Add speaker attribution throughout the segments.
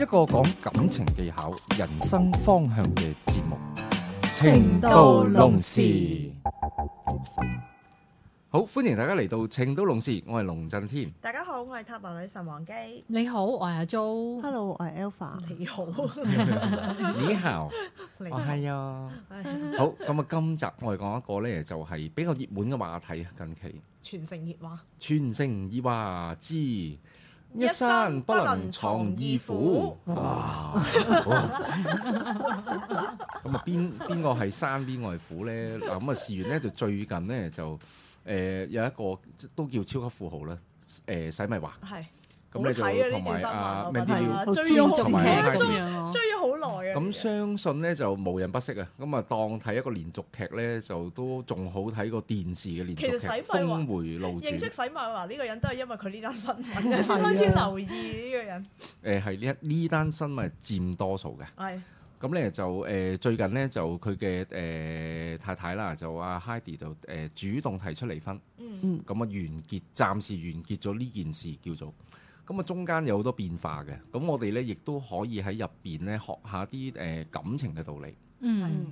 Speaker 1: 一個講感情技巧、人生方向嘅節目《
Speaker 2: 情到濃時》。
Speaker 1: 好，歡迎大家嚟到《情到濃時》，我係龍震天。
Speaker 3: 大家好，我係塔羅女神王姬。
Speaker 2: 你好，我係阿 Jo。
Speaker 3: Hello，我係 Alpha。你好，
Speaker 1: 你好，
Speaker 3: 你
Speaker 1: 我係啊。好，咁啊，今集我哋講一個咧，就係比較熱門嘅話題，啊近期。
Speaker 3: 全城熱話。
Speaker 1: 全城以話之，一
Speaker 3: 山
Speaker 1: 山
Speaker 3: 不
Speaker 1: 不
Speaker 3: 能
Speaker 1: 能
Speaker 3: 藏
Speaker 1: 藏
Speaker 3: 二
Speaker 1: 二
Speaker 3: 虎
Speaker 1: 虎。哇！ 咁啊，邊邊個係山，邊個係虎咧？嗱，咁啊，事源咧就最近咧就誒、呃有一個都叫超級富豪啦，誒、洗米華。
Speaker 3: 係。
Speaker 1: 咁咧
Speaker 3: 好睇啊
Speaker 1: 就
Speaker 3: 呢
Speaker 1: 同埋
Speaker 3: 條
Speaker 1: 阿
Speaker 3: 新聞
Speaker 1: Mandy
Speaker 3: 係
Speaker 1: Liu
Speaker 3: 啊追咗
Speaker 1: 同
Speaker 3: 好
Speaker 1: 埋
Speaker 3: 耐
Speaker 1: 啊
Speaker 3: 啊，
Speaker 2: 咁
Speaker 3: 追
Speaker 2: 樣咯。
Speaker 3: 追咗好耐啊。
Speaker 1: 咁相信咧就無人不識啊！咁啊，當睇一個連續劇咧，就都仲好睇過電視嘅連
Speaker 3: 其實
Speaker 1: 續劇
Speaker 3: 洗米
Speaker 1: 《
Speaker 3: 華
Speaker 1: 峰回路轉
Speaker 3: 認》識。洗米華呢個人都係 因為佢呢單新聞嘅先開始留意呢個人。
Speaker 1: 誒係呢一呢單新聞係佔多數嘅。
Speaker 3: 係
Speaker 1: 咁咧就誒、呃最近咧就佢嘅誒太太啦，就阿 Heidi 就誒、呃主動提出離婚，
Speaker 3: 嗯
Speaker 1: 咁啊完結，暫時完結咗呢件事叫做。咁啊，中間有好多變化嘅，咁我哋咧亦都可以喺入邊咧學下啲誒、呃感情嘅道理。
Speaker 2: 嗯，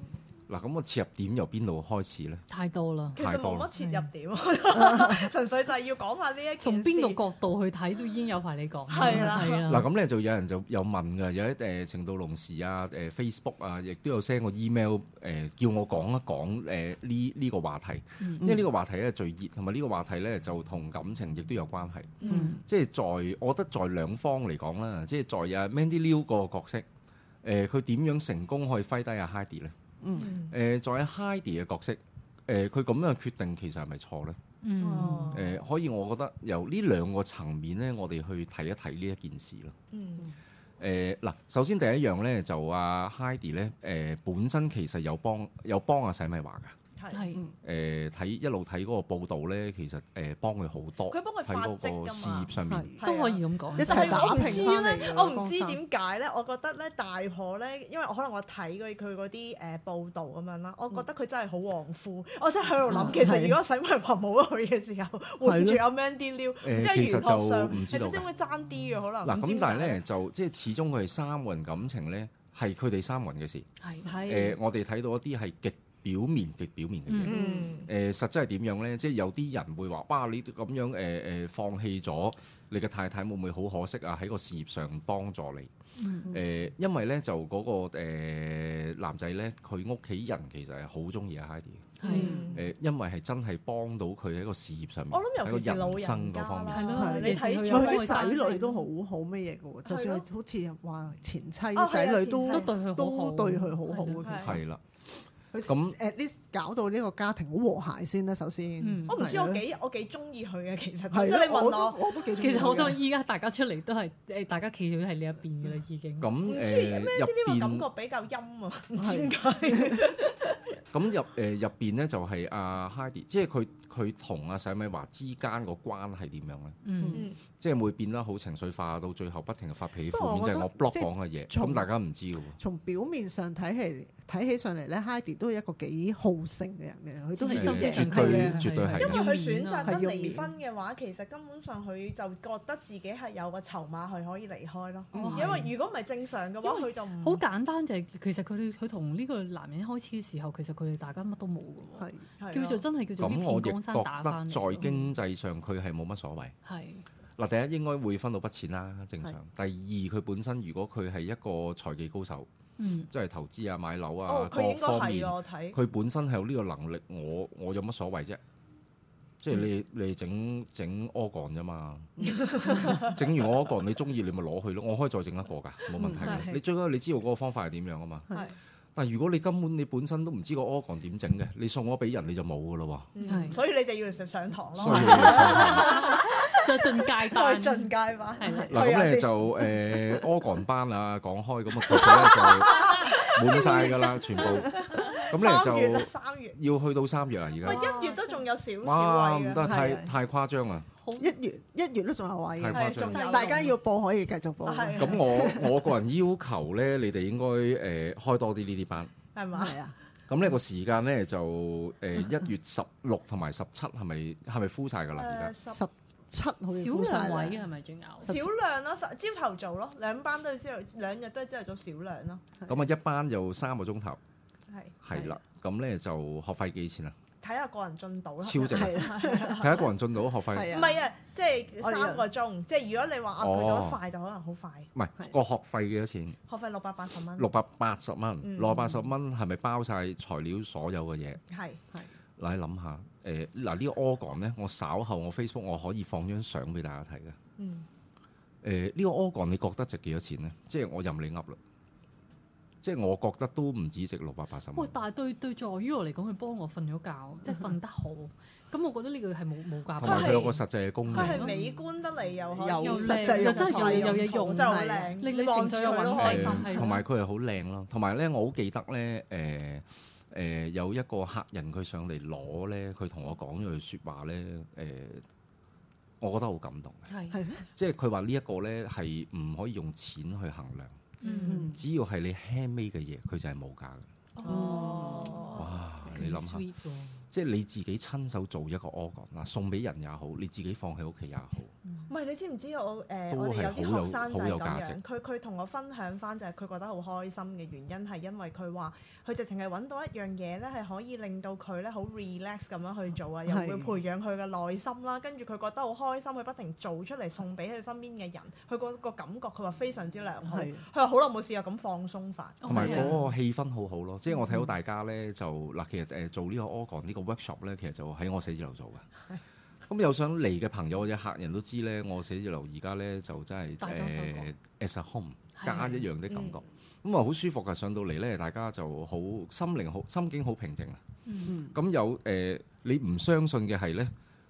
Speaker 1: 嗱，咁我切入點由邊度開始咧？
Speaker 2: 太多啦。
Speaker 3: 其實
Speaker 1: 太多
Speaker 3: 冇
Speaker 1: 啦
Speaker 3: 乜切入點，
Speaker 1: 嗯
Speaker 3: 純粹就係要講下呢一件事。
Speaker 2: 從邊個角度去睇都已經有排你講。
Speaker 3: 係啦
Speaker 2: 係啊
Speaker 1: 嗱，
Speaker 2: 啦。
Speaker 1: 咁咧就有人就有問㗎，有一誒、呃程度龍時啊、誒、Facebook 啊，亦都有 send 個 email 誒、叫我講一講誒呢呢個話題，
Speaker 2: 嗯
Speaker 1: 因為呢個話題咧最熱，同埋呢個話題咧就同感情亦都有關係。
Speaker 2: 嗯
Speaker 1: 即係在我覺得在兩方嚟講啦，即係在啊 Mandy Liu 個角色，誒、佢點樣成功可以揮低阿 Heidi 咧？
Speaker 3: 嗯
Speaker 1: 誒、在阿 Heidi 嘅角色，誒、佢咁樣嘅決定其實係咪錯咧？
Speaker 2: 嗯。
Speaker 3: 哦
Speaker 1: 誒、可以我覺得由呢兩個層面咧，我哋去睇一睇呢一件事咯。
Speaker 3: 嗯
Speaker 1: 誒嗱，首先第一樣咧就阿 Heidi 咧，誒、本身其實有幫有幫阿洗米華㗎。
Speaker 3: 係。
Speaker 2: 嗯
Speaker 3: 嗯
Speaker 2: 係。
Speaker 1: 誒、呃睇一路睇嗰個報道咧，其實誒、呃幫佢好多，
Speaker 3: 佢幫佢發
Speaker 1: 喺
Speaker 3: 跡㗎
Speaker 1: 嗰
Speaker 3: 嘛
Speaker 1: 個事業上面。
Speaker 3: 啊
Speaker 4: 係
Speaker 2: 都可以咁講。
Speaker 4: 一齊打平翻嚟嘅
Speaker 3: 我唔知
Speaker 4: 江山
Speaker 3: 點解咧，我覺得咧大婆咧，因為我可能我睇佢佢嗰啲誒報道咁樣啦，我覺得佢真係好旺夫。我真係喺度諗，其實如果洗米華冇咗佢嘅時候，換住阿 Mandy Liu，
Speaker 1: 誒
Speaker 3: 即係
Speaker 1: 其實
Speaker 3: 玄學上，
Speaker 1: 就唔
Speaker 3: 你
Speaker 1: 知道
Speaker 3: 知
Speaker 1: 嘅
Speaker 3: 點會爭啲嘅可能。
Speaker 1: 嗱，
Speaker 3: 唔
Speaker 1: 咁
Speaker 3: 知點
Speaker 1: 但係
Speaker 3: 解
Speaker 1: 咧，就即係始終佢哋三個人感情咧，係佢哋三個人嘅事。
Speaker 2: 係。
Speaker 1: 誒、
Speaker 3: 係
Speaker 1: 我哋睇到一啲係極表面、極表面嘅嘢。誒、呃
Speaker 3: 嗯
Speaker 1: 實際係點樣咧？即係有啲人會話：哇，你咁樣誒誒、呃放棄咗你嘅太太，會唔會好可惜啊？喺個事業上幫助你。誒、
Speaker 3: 嗯
Speaker 1: 因為咧就嗰、個、誒男仔咧，佢屋企人其實係好中意阿 Heidi 嘅。
Speaker 2: 係。
Speaker 3: 嗯
Speaker 1: 誒、呃因為係真係幫到佢喺個事業上面，
Speaker 3: 我諗
Speaker 1: 嗯喺個
Speaker 3: 尤其是老
Speaker 1: 人
Speaker 3: 人
Speaker 1: 生
Speaker 3: 家
Speaker 1: 嗰方面。
Speaker 3: 啦
Speaker 2: 係咯
Speaker 3: 你
Speaker 2: 尤其是
Speaker 3: 睇
Speaker 2: 佢
Speaker 4: 唔
Speaker 2: 有
Speaker 4: 係
Speaker 3: 住
Speaker 4: 佢啲仔女都好好咩嘢嘅喎，就算係好似話前妻啲仔女
Speaker 3: 哦係啊前妻
Speaker 2: 都
Speaker 4: 都
Speaker 2: 對佢好好，
Speaker 4: 都對佢好好啊
Speaker 2: 係啦
Speaker 4: 嘅，
Speaker 3: 係
Speaker 1: 係啦，
Speaker 4: 其實
Speaker 1: 咁
Speaker 4: 佢 at least 搞到呢個家庭好和諧先啦，首先
Speaker 2: 嗯。
Speaker 3: 我唔知
Speaker 4: 係啊
Speaker 3: 我幾我幾中意佢嘅，其實即
Speaker 4: 係
Speaker 3: 係你
Speaker 4: 咯，
Speaker 3: 問
Speaker 4: 我都
Speaker 3: 我。
Speaker 4: 我都幾中意
Speaker 2: 其實我
Speaker 4: 嘅
Speaker 2: 想依家大家出嚟都係誒，大家企咗喺呢一邊嘅啦，已經。
Speaker 1: 咁
Speaker 3: 唔知
Speaker 1: 誒入
Speaker 3: 呢個感
Speaker 1: 邊
Speaker 3: 覺比較陰啊，唔知點解。
Speaker 1: 咁入誒入邊咧就係阿 Heidi，即係佢佢同阿洗米華之間個關係點樣咧？
Speaker 2: 嗯，
Speaker 3: 嗯
Speaker 1: 即係會變得好情緒化，到最後不停地發脾氣，
Speaker 4: 不過
Speaker 1: 負面
Speaker 4: 我
Speaker 1: 就
Speaker 4: 覺
Speaker 1: 係
Speaker 4: 得
Speaker 1: 我 block
Speaker 4: 即係
Speaker 1: 講嘅嘢，
Speaker 4: 從
Speaker 1: 咁大家唔知嘅喎。
Speaker 4: 從表面上睇起睇起上嚟咧，Heidi 都係一個幾好勝嘅人嘅，佢都
Speaker 2: 自
Speaker 4: 係
Speaker 2: 信
Speaker 1: 嘅絕
Speaker 2: 心非常
Speaker 1: 對
Speaker 2: 強
Speaker 1: 絕對係
Speaker 3: 因為
Speaker 2: 要
Speaker 3: 佢
Speaker 2: 面
Speaker 3: 選
Speaker 2: 啊
Speaker 3: 擇
Speaker 4: 係
Speaker 3: 得
Speaker 4: 要
Speaker 3: 離
Speaker 4: 面
Speaker 3: 婚嘅話，其實根本上佢就覺得自己係有個籌碼去可以離開咯。嗯
Speaker 2: 哦
Speaker 3: 因為如果唔係正常嘅話，
Speaker 2: 因
Speaker 3: 佢就唔
Speaker 2: 好簡單就係其實佢哋佢同呢個男人開始嘅時候，其實佢哋大家乜都冇嘅
Speaker 4: 係啊
Speaker 3: 係啊
Speaker 2: 喎，
Speaker 3: 咯
Speaker 2: 叫做真係叫做
Speaker 1: 咁我
Speaker 2: 呢
Speaker 1: 亦
Speaker 2: 片江山打翻
Speaker 1: 覺
Speaker 2: 嚟。嗯
Speaker 1: 得在經濟上佢係冇乜所謂。
Speaker 2: 係
Speaker 1: 嗱，第一應該會分到筆錢啦，正常。第二佢本身如果佢係一個財技高手，
Speaker 2: 嗯
Speaker 1: 即係投資啊、買樓啊
Speaker 3: 哦，佢
Speaker 1: 各
Speaker 3: 應該
Speaker 1: 方
Speaker 3: 係
Speaker 1: 面
Speaker 3: 咯，，我睇
Speaker 1: 佢本身係有呢個能力，我我有乜所謂啫？即係你
Speaker 3: 嗯
Speaker 1: 你整整屙幹啫嘛， 整完我屙幹，你中意你咪攞去咯，我可以再整一個㗎，冇問題
Speaker 3: 嗯係
Speaker 1: 嘅。你最緊要你知道嗰個方法係點樣啊嘛。
Speaker 3: 係
Speaker 1: 但係如果你根本你本身都唔知個 organ 點整嘅，你送我俾人你就冇噶咯
Speaker 3: 嗯
Speaker 2: 係
Speaker 3: 所以你哋要上上堂
Speaker 1: 喎。
Speaker 3: 咯，
Speaker 1: 所以你就送
Speaker 2: 再進階
Speaker 3: 再
Speaker 2: 班，
Speaker 3: 進階版
Speaker 2: 係啦
Speaker 1: 嗱
Speaker 3: 推
Speaker 1: 咁
Speaker 3: 下
Speaker 1: 咧
Speaker 3: 先
Speaker 1: 就誒 organ 班啊，講開咁啊，其實咧滿晒㗎 啦，全部。咁
Speaker 3: 三月啊
Speaker 1: 咧
Speaker 3: 啦，三月，
Speaker 1: 就要去到三月啊，
Speaker 3: 喂
Speaker 1: 而家。
Speaker 3: 一月都仲有少少
Speaker 1: 哇，
Speaker 3: 位啊
Speaker 1: 唔
Speaker 3: 嘅，
Speaker 1: 得，太
Speaker 4: 係
Speaker 1: 太誇張啦。
Speaker 2: 好
Speaker 4: 一月一月都仲有位
Speaker 1: 係
Speaker 4: 嘅，
Speaker 1: 誇
Speaker 3: 係
Speaker 1: 張
Speaker 3: 仲有啊
Speaker 4: 大家要報可以繼續報。
Speaker 3: 係
Speaker 1: 咁我我個人要求咧，你哋應該誒開多啲呢啲班。
Speaker 3: 係嘛？
Speaker 4: 係啊，
Speaker 1: 咁呢個時間咧就誒 一月十六同埋十七係咪係咪 full 晒㗎啦？而
Speaker 3: 誒
Speaker 1: 家
Speaker 3: 十
Speaker 4: 十七好似
Speaker 2: 少
Speaker 4: 沽晒
Speaker 2: 量
Speaker 4: 啦
Speaker 2: 位啊嘅係咪仲有？
Speaker 3: 少啊量咯，十朝頭早咯，兩班都係朝頭，兩日都係朝頭早少量咯，
Speaker 1: 咁啊一班就三個鐘頭，
Speaker 3: 係
Speaker 1: 係啦。咁咧就學費幾 錢啊？
Speaker 3: 睇下個人進度啦。
Speaker 1: 超值，
Speaker 4: 係啊，
Speaker 1: 睇一個人進到學費。
Speaker 4: 係
Speaker 3: 唔
Speaker 4: 啊，
Speaker 3: 係啊，即係
Speaker 4: 我哋
Speaker 3: 三個鐘，即係如果你話啊佢做得快就可能好快，
Speaker 1: 唔係
Speaker 4: 係
Speaker 1: 個學費幾多錢？
Speaker 3: 學費六百八十蚊，
Speaker 1: 六百八十蚊，
Speaker 3: 嗯
Speaker 1: 六百八十蚊係咪包晒材料所有嘅嘢？
Speaker 3: 係
Speaker 1: 嗱，你諗下，誒嗱呢個 organ 咧，我稍後我 Facebook 我可以放張相俾大家睇嘅。
Speaker 3: 嗯
Speaker 1: 誒呃呢個 organ 你覺得值幾多錢咧？即係我任你噏啦，即係我覺得都唔止值六百八十
Speaker 2: 喂
Speaker 1: 蚊，。
Speaker 2: 但係對對助於我嚟講，佢幫我瞓咗覺，即係瞓得好。咁我覺得呢個係冇冇價
Speaker 1: 同埋
Speaker 2: 值。
Speaker 1: 佢有個實際嘅
Speaker 2: 嗯
Speaker 1: 功能，
Speaker 3: 佢係美觀得嚟又可以
Speaker 4: 又
Speaker 2: 靚
Speaker 4: 實際
Speaker 2: 又
Speaker 4: 用
Speaker 2: 真係有有嘢用
Speaker 3: 就
Speaker 4: 係啊
Speaker 3: 靚，
Speaker 2: 令你情
Speaker 3: 望住
Speaker 2: 緒又
Speaker 3: 佢都
Speaker 2: 穩
Speaker 3: 開
Speaker 2: 定
Speaker 3: 心。
Speaker 2: 係
Speaker 1: 誒同埋佢係好靚咯。同埋咧，我好記得咧，誒誒有一個客人佢上嚟攞咧，佢同我講咗句説話咧，誒我覺得好感動嘅，
Speaker 2: 係，
Speaker 4: 係
Speaker 1: 即係佢話呢一個咧係唔可以用錢去衡量。
Speaker 2: 嗯，
Speaker 1: 只要係你 handmade 嘅嘢，佢就係冇價嘅。
Speaker 3: 嗯哦，
Speaker 1: 哇！你諗下，
Speaker 2: sweet 喎
Speaker 1: 即係你自己親手做一個 organ 嗱，送俾人也好，你自己放喺屋企也好，
Speaker 3: 唔係你知唔知我誒
Speaker 1: 都
Speaker 3: 我哋有
Speaker 1: 係好有
Speaker 3: 啲學生就
Speaker 1: 好
Speaker 3: 係
Speaker 1: 有
Speaker 3: 咁
Speaker 1: 價值
Speaker 3: 樣，佢佢同我分享翻就係佢覺得好開心嘅原因係因為佢話佢直情係揾到一樣嘢咧係可以令到佢咧好 relax 咁樣去做啊，又
Speaker 4: 係
Speaker 3: 會培養佢嘅內心啦，跟住佢覺得好開心，佢不停做出嚟送俾佢身邊嘅人，佢個個感覺佢話非常之良好，佢
Speaker 4: 係
Speaker 3: 話好耐冇試過咁放鬆法。
Speaker 1: 同埋
Speaker 4: 係啊
Speaker 1: 嗰個氣氛好好咯。即係我睇到大家咧就嗱，其實誒做呢個 organ 呢個 workshop 咧，其實就喺我寫字樓做嘅。咁有想嚟嘅朋友或者客人都知咧，我寫字樓而家咧就真係
Speaker 2: 大裝修過
Speaker 1: 誒 as a home
Speaker 2: 係
Speaker 1: 家一樣的感覺，咁啊好舒服嘅。上到嚟咧，大家就好心靈好心境好平靜啊。
Speaker 2: 嗯
Speaker 4: 嗯
Speaker 1: 咁有誒、呃你唔相信嘅係咧，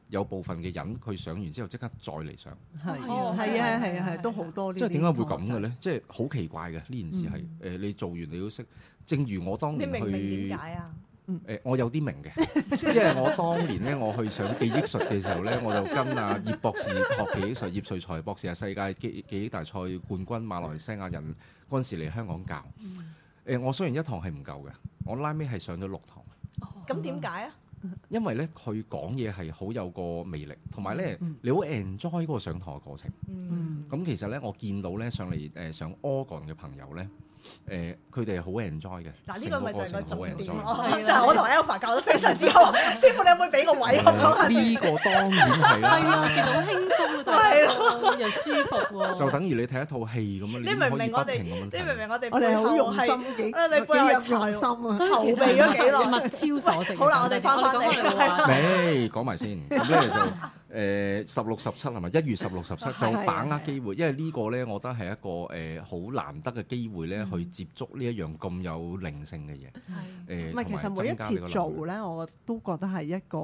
Speaker 1: 有部分嘅人佢上完之後即刻再嚟上，
Speaker 4: 係
Speaker 2: 哦
Speaker 4: 啊係啊係啊係都好多呢啲。
Speaker 1: 即係點解會咁嘅？咧？即係好奇怪嘅呢件事係誒、
Speaker 4: 嗯
Speaker 1: 呃你做完你都識。正如我當
Speaker 3: 你
Speaker 1: 年
Speaker 3: 明唔明
Speaker 1: 去
Speaker 3: 點
Speaker 1: 誒、
Speaker 3: 解啊？
Speaker 1: 呃我有啲明嘅， 因為我當年咧，我去上記憶術嘅時候咧，我就跟啊葉博士學記憶術，葉瑞才博士係啊世界記記憶大賽冠軍馬來西亞人，嗰陣時嚟香港教。誒、我雖然一堂係唔夠嘅，我拉尾係上咗六堂。
Speaker 2: 哦
Speaker 3: 咁點解啊？
Speaker 1: 因為咧佢講嘢係好有個魅力，同埋咧
Speaker 4: 嗯
Speaker 1: 你好 enjoy 嗰個上堂嘅過程。
Speaker 4: 嗯
Speaker 1: 咁其實咧我見到咧上嚟誒上 organ 嘅朋友咧，誒佢哋係好 enjoy 嘅。
Speaker 3: 嗱，呢個咪就係
Speaker 1: 成個
Speaker 3: 個
Speaker 1: 過程好
Speaker 3: 重點
Speaker 1: enjoy。
Speaker 3: 咯，
Speaker 2: 係啊
Speaker 3: 就係我同 Alpha 教得非常之好。師傅，你有冇俾個位我啊講
Speaker 1: 誒
Speaker 3: 下
Speaker 1: 啊呢個當然係
Speaker 2: 係
Speaker 1: 啦，
Speaker 2: 啊，其實好輕鬆嘅，但係又舒服喎。
Speaker 1: 就等於你睇一套戲咁樣，啊
Speaker 3: 你明唔明
Speaker 1: 可以
Speaker 3: 我
Speaker 1: 不
Speaker 3: 哋？
Speaker 1: 停咁樣
Speaker 3: 你明唔
Speaker 1: 睇。
Speaker 3: 明我 哋
Speaker 4: 我哋好用
Speaker 3: 背後係？
Speaker 4: 心，幾
Speaker 3: 啊你背後
Speaker 4: 幾有用心啊！
Speaker 2: 所以其實
Speaker 3: 籌備咗幾耐
Speaker 2: 物超所值。
Speaker 3: 喂好啦我哋返返嚟
Speaker 2: 我哋講下你話
Speaker 1: 未講 埋先，咁咧就誒十六十七係咪？一月十六十七就
Speaker 4: 係
Speaker 1: 把握機會，因為呢個咧，我覺得係一個誒呃好、難得嘅機會咧，
Speaker 3: 嗯
Speaker 1: 去接觸呢一樣咁有靈性嘅嘢。呃誒，
Speaker 2: 係
Speaker 4: 唔係，其實每一次做咧，我都覺得係一個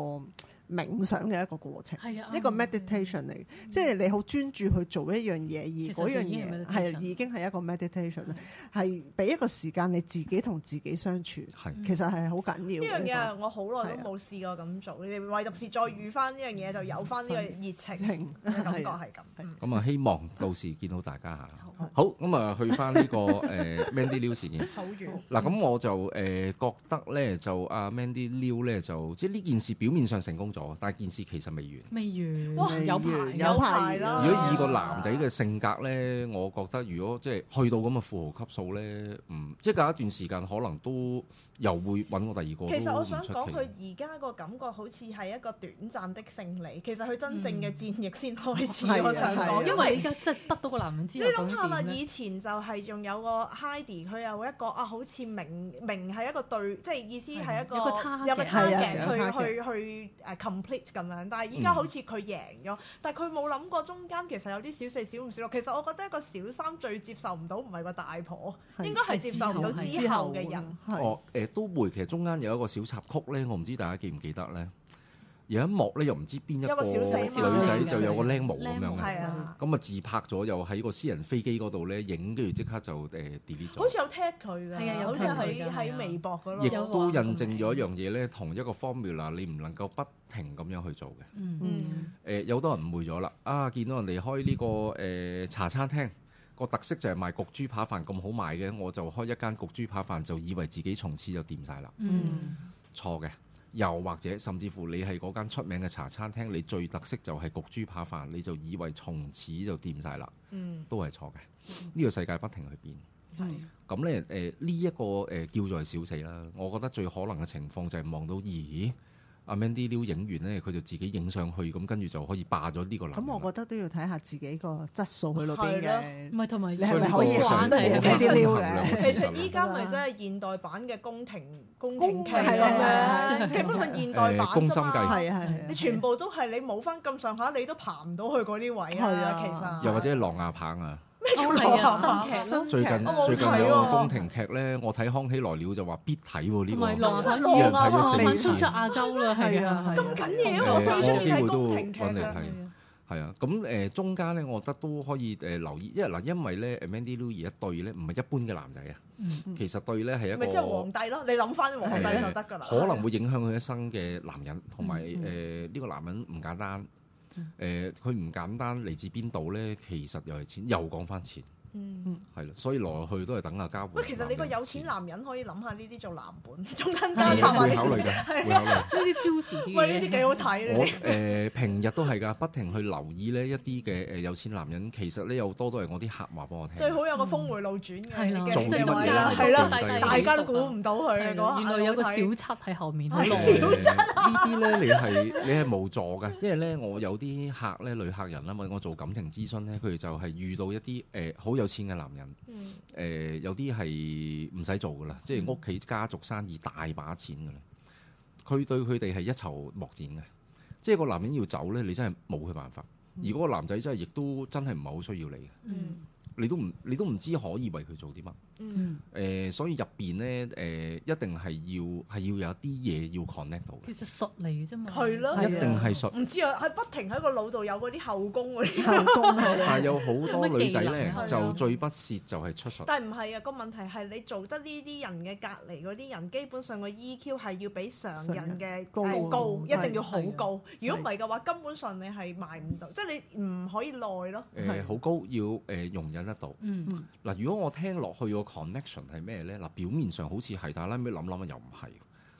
Speaker 4: 冥想嘅一個過程，
Speaker 2: 係啊，
Speaker 4: 一個 meditation 嚟嘅，即係你好專注去做一樣嘢，
Speaker 2: 嗯其實
Speaker 4: 而
Speaker 2: 就
Speaker 4: 嗰樣
Speaker 2: 已經係
Speaker 4: 嘢係啊
Speaker 2: meditation
Speaker 4: 已經係一個 meditation 啦，係俾一個時間你自己同自己相處，
Speaker 1: 係
Speaker 2: 嗯
Speaker 4: 其實係好緊
Speaker 3: 呢
Speaker 4: 要
Speaker 3: 樣
Speaker 4: 嘅
Speaker 3: 嘢啊
Speaker 4: 呢
Speaker 3: 係我好耐都冇試過咁做，你哋唯獨是再遇翻呢樣嘢就有翻呢個熱
Speaker 4: 個
Speaker 3: 情
Speaker 4: 情
Speaker 3: 嘅感覺
Speaker 4: 係啊
Speaker 3: 係咁。嗯
Speaker 1: 咁啊，希望到時見到大家嚇。
Speaker 2: 好
Speaker 1: 好，咁啊，去翻呢個 誒 Mandy Liu 事件。
Speaker 3: 好遠，
Speaker 1: 嗱，咁我就誒覺得咧，就阿 Mandy Liu 咧，就即係呢件事表面上成功咗，但係件事其實未完。
Speaker 2: 未完，
Speaker 3: 哇
Speaker 2: 有排
Speaker 4: 有排
Speaker 3: 有排啦
Speaker 1: 如果以個男仔嘅性格咧，我覺得如果即係去到咁嘅富豪級數咧，嗯，即係隔一段時間可能都又會揾我第二個。
Speaker 3: 其實
Speaker 1: 都
Speaker 3: 我
Speaker 1: 唔
Speaker 3: 想
Speaker 1: 出
Speaker 3: 講
Speaker 1: 奇
Speaker 3: 佢而家個感覺好似係一個短暫的勝利，其實佢真正嘅戰役先開始。
Speaker 4: 嗯係啊
Speaker 3: 我想
Speaker 4: 係啊
Speaker 3: 講，
Speaker 2: 因
Speaker 3: 因
Speaker 2: 為
Speaker 3: 為
Speaker 2: 你而家真係得到個男人
Speaker 3: 你
Speaker 2: 之後
Speaker 3: 諗下
Speaker 2: 講
Speaker 3: 啦，
Speaker 2: 點咧？
Speaker 3: 以前就係仲有個 Heidi，佢有一個啊，好似明明係一個對，即係意思係一個
Speaker 2: 有個 target
Speaker 3: 有個
Speaker 4: 係啊
Speaker 3: target 去去去誒 complete 咁樣。但係依家好似佢贏咗，但係佢冇諗過中間其實有啲小四、小五、小六。其實我覺得一個小三最接受唔到唔係個大婆，
Speaker 4: 係
Speaker 3: 應該係接受唔到之後嘅人。
Speaker 4: 係
Speaker 1: 哦呃哦，誒、都會，其實中間有一個小插曲咧，我唔知大家記唔記得咧。有一幕咧又唔知邊一
Speaker 3: 有
Speaker 1: 個
Speaker 3: 個小四嘛
Speaker 1: 女仔就有個僆模咁
Speaker 2: 靚
Speaker 1: 樣
Speaker 2: 模
Speaker 1: 嘅，
Speaker 3: 係啊
Speaker 1: 咁啊自拍咗又喺個私人飛機嗰度咧影，跟住即刻就誒 delete
Speaker 3: 好
Speaker 1: 咗。
Speaker 3: 似有 tag 佢
Speaker 2: 係啊
Speaker 3: 㗎，
Speaker 2: 有
Speaker 3: 好似
Speaker 2: tag 佢
Speaker 3: 喺
Speaker 2: 㗎係
Speaker 3: 喺
Speaker 2: 啊
Speaker 3: 微博嗰
Speaker 1: 亦
Speaker 3: 度。
Speaker 2: 有
Speaker 1: 都
Speaker 2: 啊
Speaker 1: 印證咗一樣嘢咧，同一個 formula 你唔能夠不停咁樣去做嘅。
Speaker 2: 嗯
Speaker 3: 嗯，
Speaker 1: 誒、有好多人誤會咗啦，啊見到人哋開呢、個誒茶餐廳，個特色就係賣焗豬扒飯咁好賣嘅，我就開一間焗豬扒飯，就以為自己從此就掂晒啦。
Speaker 2: 嗯
Speaker 1: 錯嘅。又或者甚至乎你係嗰間出名嘅茶餐廳，你最特色就係焗豬扒飯，你就以為從此就掂晒啦，
Speaker 3: 嗯，
Speaker 1: 都係錯嘅。呢、個世界不停去變。
Speaker 4: 嗯
Speaker 3: 係
Speaker 1: 咁咧誒呢一個誒、呃叫做係小四啦，我覺得最可能嘅情況就係望到咦阿 Mandy Liu 影完咧，佢就自己影上去，咁跟住就可以霸咗呢個男人
Speaker 4: 咁
Speaker 1: 啦。
Speaker 4: 我覺得都要睇下自己個質素去到邊
Speaker 3: 係
Speaker 4: 嘅
Speaker 2: 唔。係同埋
Speaker 4: 你係
Speaker 1: 所以呢個
Speaker 4: 咪可以
Speaker 1: 就係
Speaker 4: 玩
Speaker 1: 我
Speaker 4: 得人
Speaker 1: 覺
Speaker 4: 哋
Speaker 1: 得
Speaker 4: 啲料
Speaker 1: 衡
Speaker 4: 嘅
Speaker 1: 量嘅事
Speaker 3: 其
Speaker 1: 實
Speaker 3: 實
Speaker 1: 啦
Speaker 3: 依家咪真係現代版嘅宮廷宮
Speaker 4: 宮
Speaker 3: 廷劇
Speaker 4: 係啊
Speaker 3: 咁
Speaker 2: 真係
Speaker 3: 樣，基本上現代版
Speaker 1: 誒宮心
Speaker 3: 啫
Speaker 1: 計
Speaker 3: 嘛。
Speaker 4: 係啊係啊，
Speaker 3: 你全部都係你冇翻咁上下，你都爬唔到去嗰啲位
Speaker 4: 係
Speaker 3: 啊
Speaker 4: 啊。
Speaker 3: 其實
Speaker 1: 又或者係狼牙棒啊！
Speaker 2: 哦係啊新劇咯，
Speaker 1: 最近
Speaker 3: 我冇
Speaker 1: 最近
Speaker 3: 睇
Speaker 1: 有個
Speaker 3: 喎
Speaker 1: 宮廷劇咧，我睇《康熙來了》就話必睇喎呢
Speaker 2: 同
Speaker 1: 個。
Speaker 2: 埋狼牙
Speaker 1: 一人
Speaker 2: 棒啊，
Speaker 1: 睇咗
Speaker 2: 慢
Speaker 1: 四
Speaker 2: 慢
Speaker 1: 次
Speaker 2: 出咗亞洲啦，係
Speaker 4: 係
Speaker 2: 啊
Speaker 4: 啊，係啊
Speaker 3: 咁緊要，
Speaker 1: 誒
Speaker 3: 我最中
Speaker 1: 我
Speaker 3: 意
Speaker 1: 機
Speaker 3: 睇
Speaker 1: 會都
Speaker 3: 宮廷劇啊
Speaker 1: 揾你
Speaker 3: 㗎。
Speaker 1: 睇。係啊，咁誒、中間咧，我覺得都可以誒、呃留意，因為嗱，因為咧 Mandy Lou 一對咧唔係一般嘅男仔啊，
Speaker 2: 嗯
Speaker 1: 其實對咧係一
Speaker 3: 咪即係皇
Speaker 1: 個啊
Speaker 3: 帝咯，你諗翻皇帝就得㗎啦。
Speaker 1: 可能會影響佢一生嘅男人，同埋
Speaker 4: 嗯
Speaker 1: 誒呢個男人唔簡單。誒
Speaker 3: 嗯
Speaker 1: 佢唔簡單嚟自邊度咧？其實又係錢，又講翻錢，
Speaker 3: 嗯
Speaker 1: 係啦，所以來來去去都係等下交換。
Speaker 3: 喂，其實你個有錢男人可以諗下呢啲做藍本，中間加插
Speaker 1: 係
Speaker 3: 埋
Speaker 1: 會
Speaker 3: 呢
Speaker 1: 考慮啊
Speaker 3: 啲。
Speaker 1: 嘅，會考慮。
Speaker 2: 呢啲 juicy 啲
Speaker 3: 喂，呢
Speaker 2: 嘢
Speaker 3: 啲幾好睇呢
Speaker 1: 我
Speaker 3: 啲。
Speaker 1: 誒、平日都係㗎，不停去留意呢一啲嘅誒有錢男人，其實咧有多都係我啲客話俾我聽。
Speaker 3: 最好有個峰迴路轉嘅，
Speaker 2: 係啦，
Speaker 1: 重
Speaker 2: 即係
Speaker 1: 點就
Speaker 2: 中
Speaker 1: 係
Speaker 2: 間
Speaker 1: 啦
Speaker 3: 係啦，
Speaker 1: 重點就係
Speaker 3: 大家都估唔到佢嘅
Speaker 2: 係
Speaker 3: 嗰
Speaker 2: 啦
Speaker 3: 下。
Speaker 2: 原來有個
Speaker 3: 好
Speaker 2: 小
Speaker 3: 睇
Speaker 2: 七喺後面好
Speaker 1: 誒
Speaker 2: 耐。
Speaker 1: 呢啲咧，你係啊你係無助嘅，因為咧我有啲客咧女客人啦，問我做感情諮詢咧，佢哋就係遇到一啲誒好有錢嘅男人，
Speaker 3: 嗯
Speaker 1: 誒、有啲係唔使做㗎啦，即係屋企家族生意大把錢㗎啦，佢對佢哋係一籌莫展嘅，即係個男人要走咧，你真係冇佢辦法，而嗰個男仔真係亦都真係唔係好需要你嘅。
Speaker 2: 嗯
Speaker 1: 你都唔你都唔知可以為佢做啲乜，誒、
Speaker 3: 嗯，
Speaker 1: 所以入邊咧誒，一定係要係要有啲嘢要 connect 到
Speaker 2: 其實術嚟啫嘛，
Speaker 3: 係咯
Speaker 2: 啊
Speaker 1: 嘅，一定係術。
Speaker 3: 唔知啊，係不停喺個腦度有嗰啲後宮嗰啲。
Speaker 4: 後宮係啊
Speaker 1: 但係有好多女仔咧
Speaker 2: 有
Speaker 3: 乜技能啊，
Speaker 1: 就最不屑就係出術，
Speaker 3: 但係唔係啊？個問題係你做得呢啲人嘅隔離嗰啲人，基本上個 EQ 係要比常人嘅
Speaker 4: 常人
Speaker 3: 誒高，
Speaker 4: 高
Speaker 3: 一定要好高。
Speaker 4: 係
Speaker 3: 如果唔係嘅話，根本上你係賣唔到，即係你唔可以耐咯。
Speaker 1: 誒好高要誒、容忍得到。
Speaker 2: 嗯
Speaker 1: 嗱，如果我聽落去個 connection 係咩咧？嗱，表面上好似係，但係拉尾諗諗啊又唔係。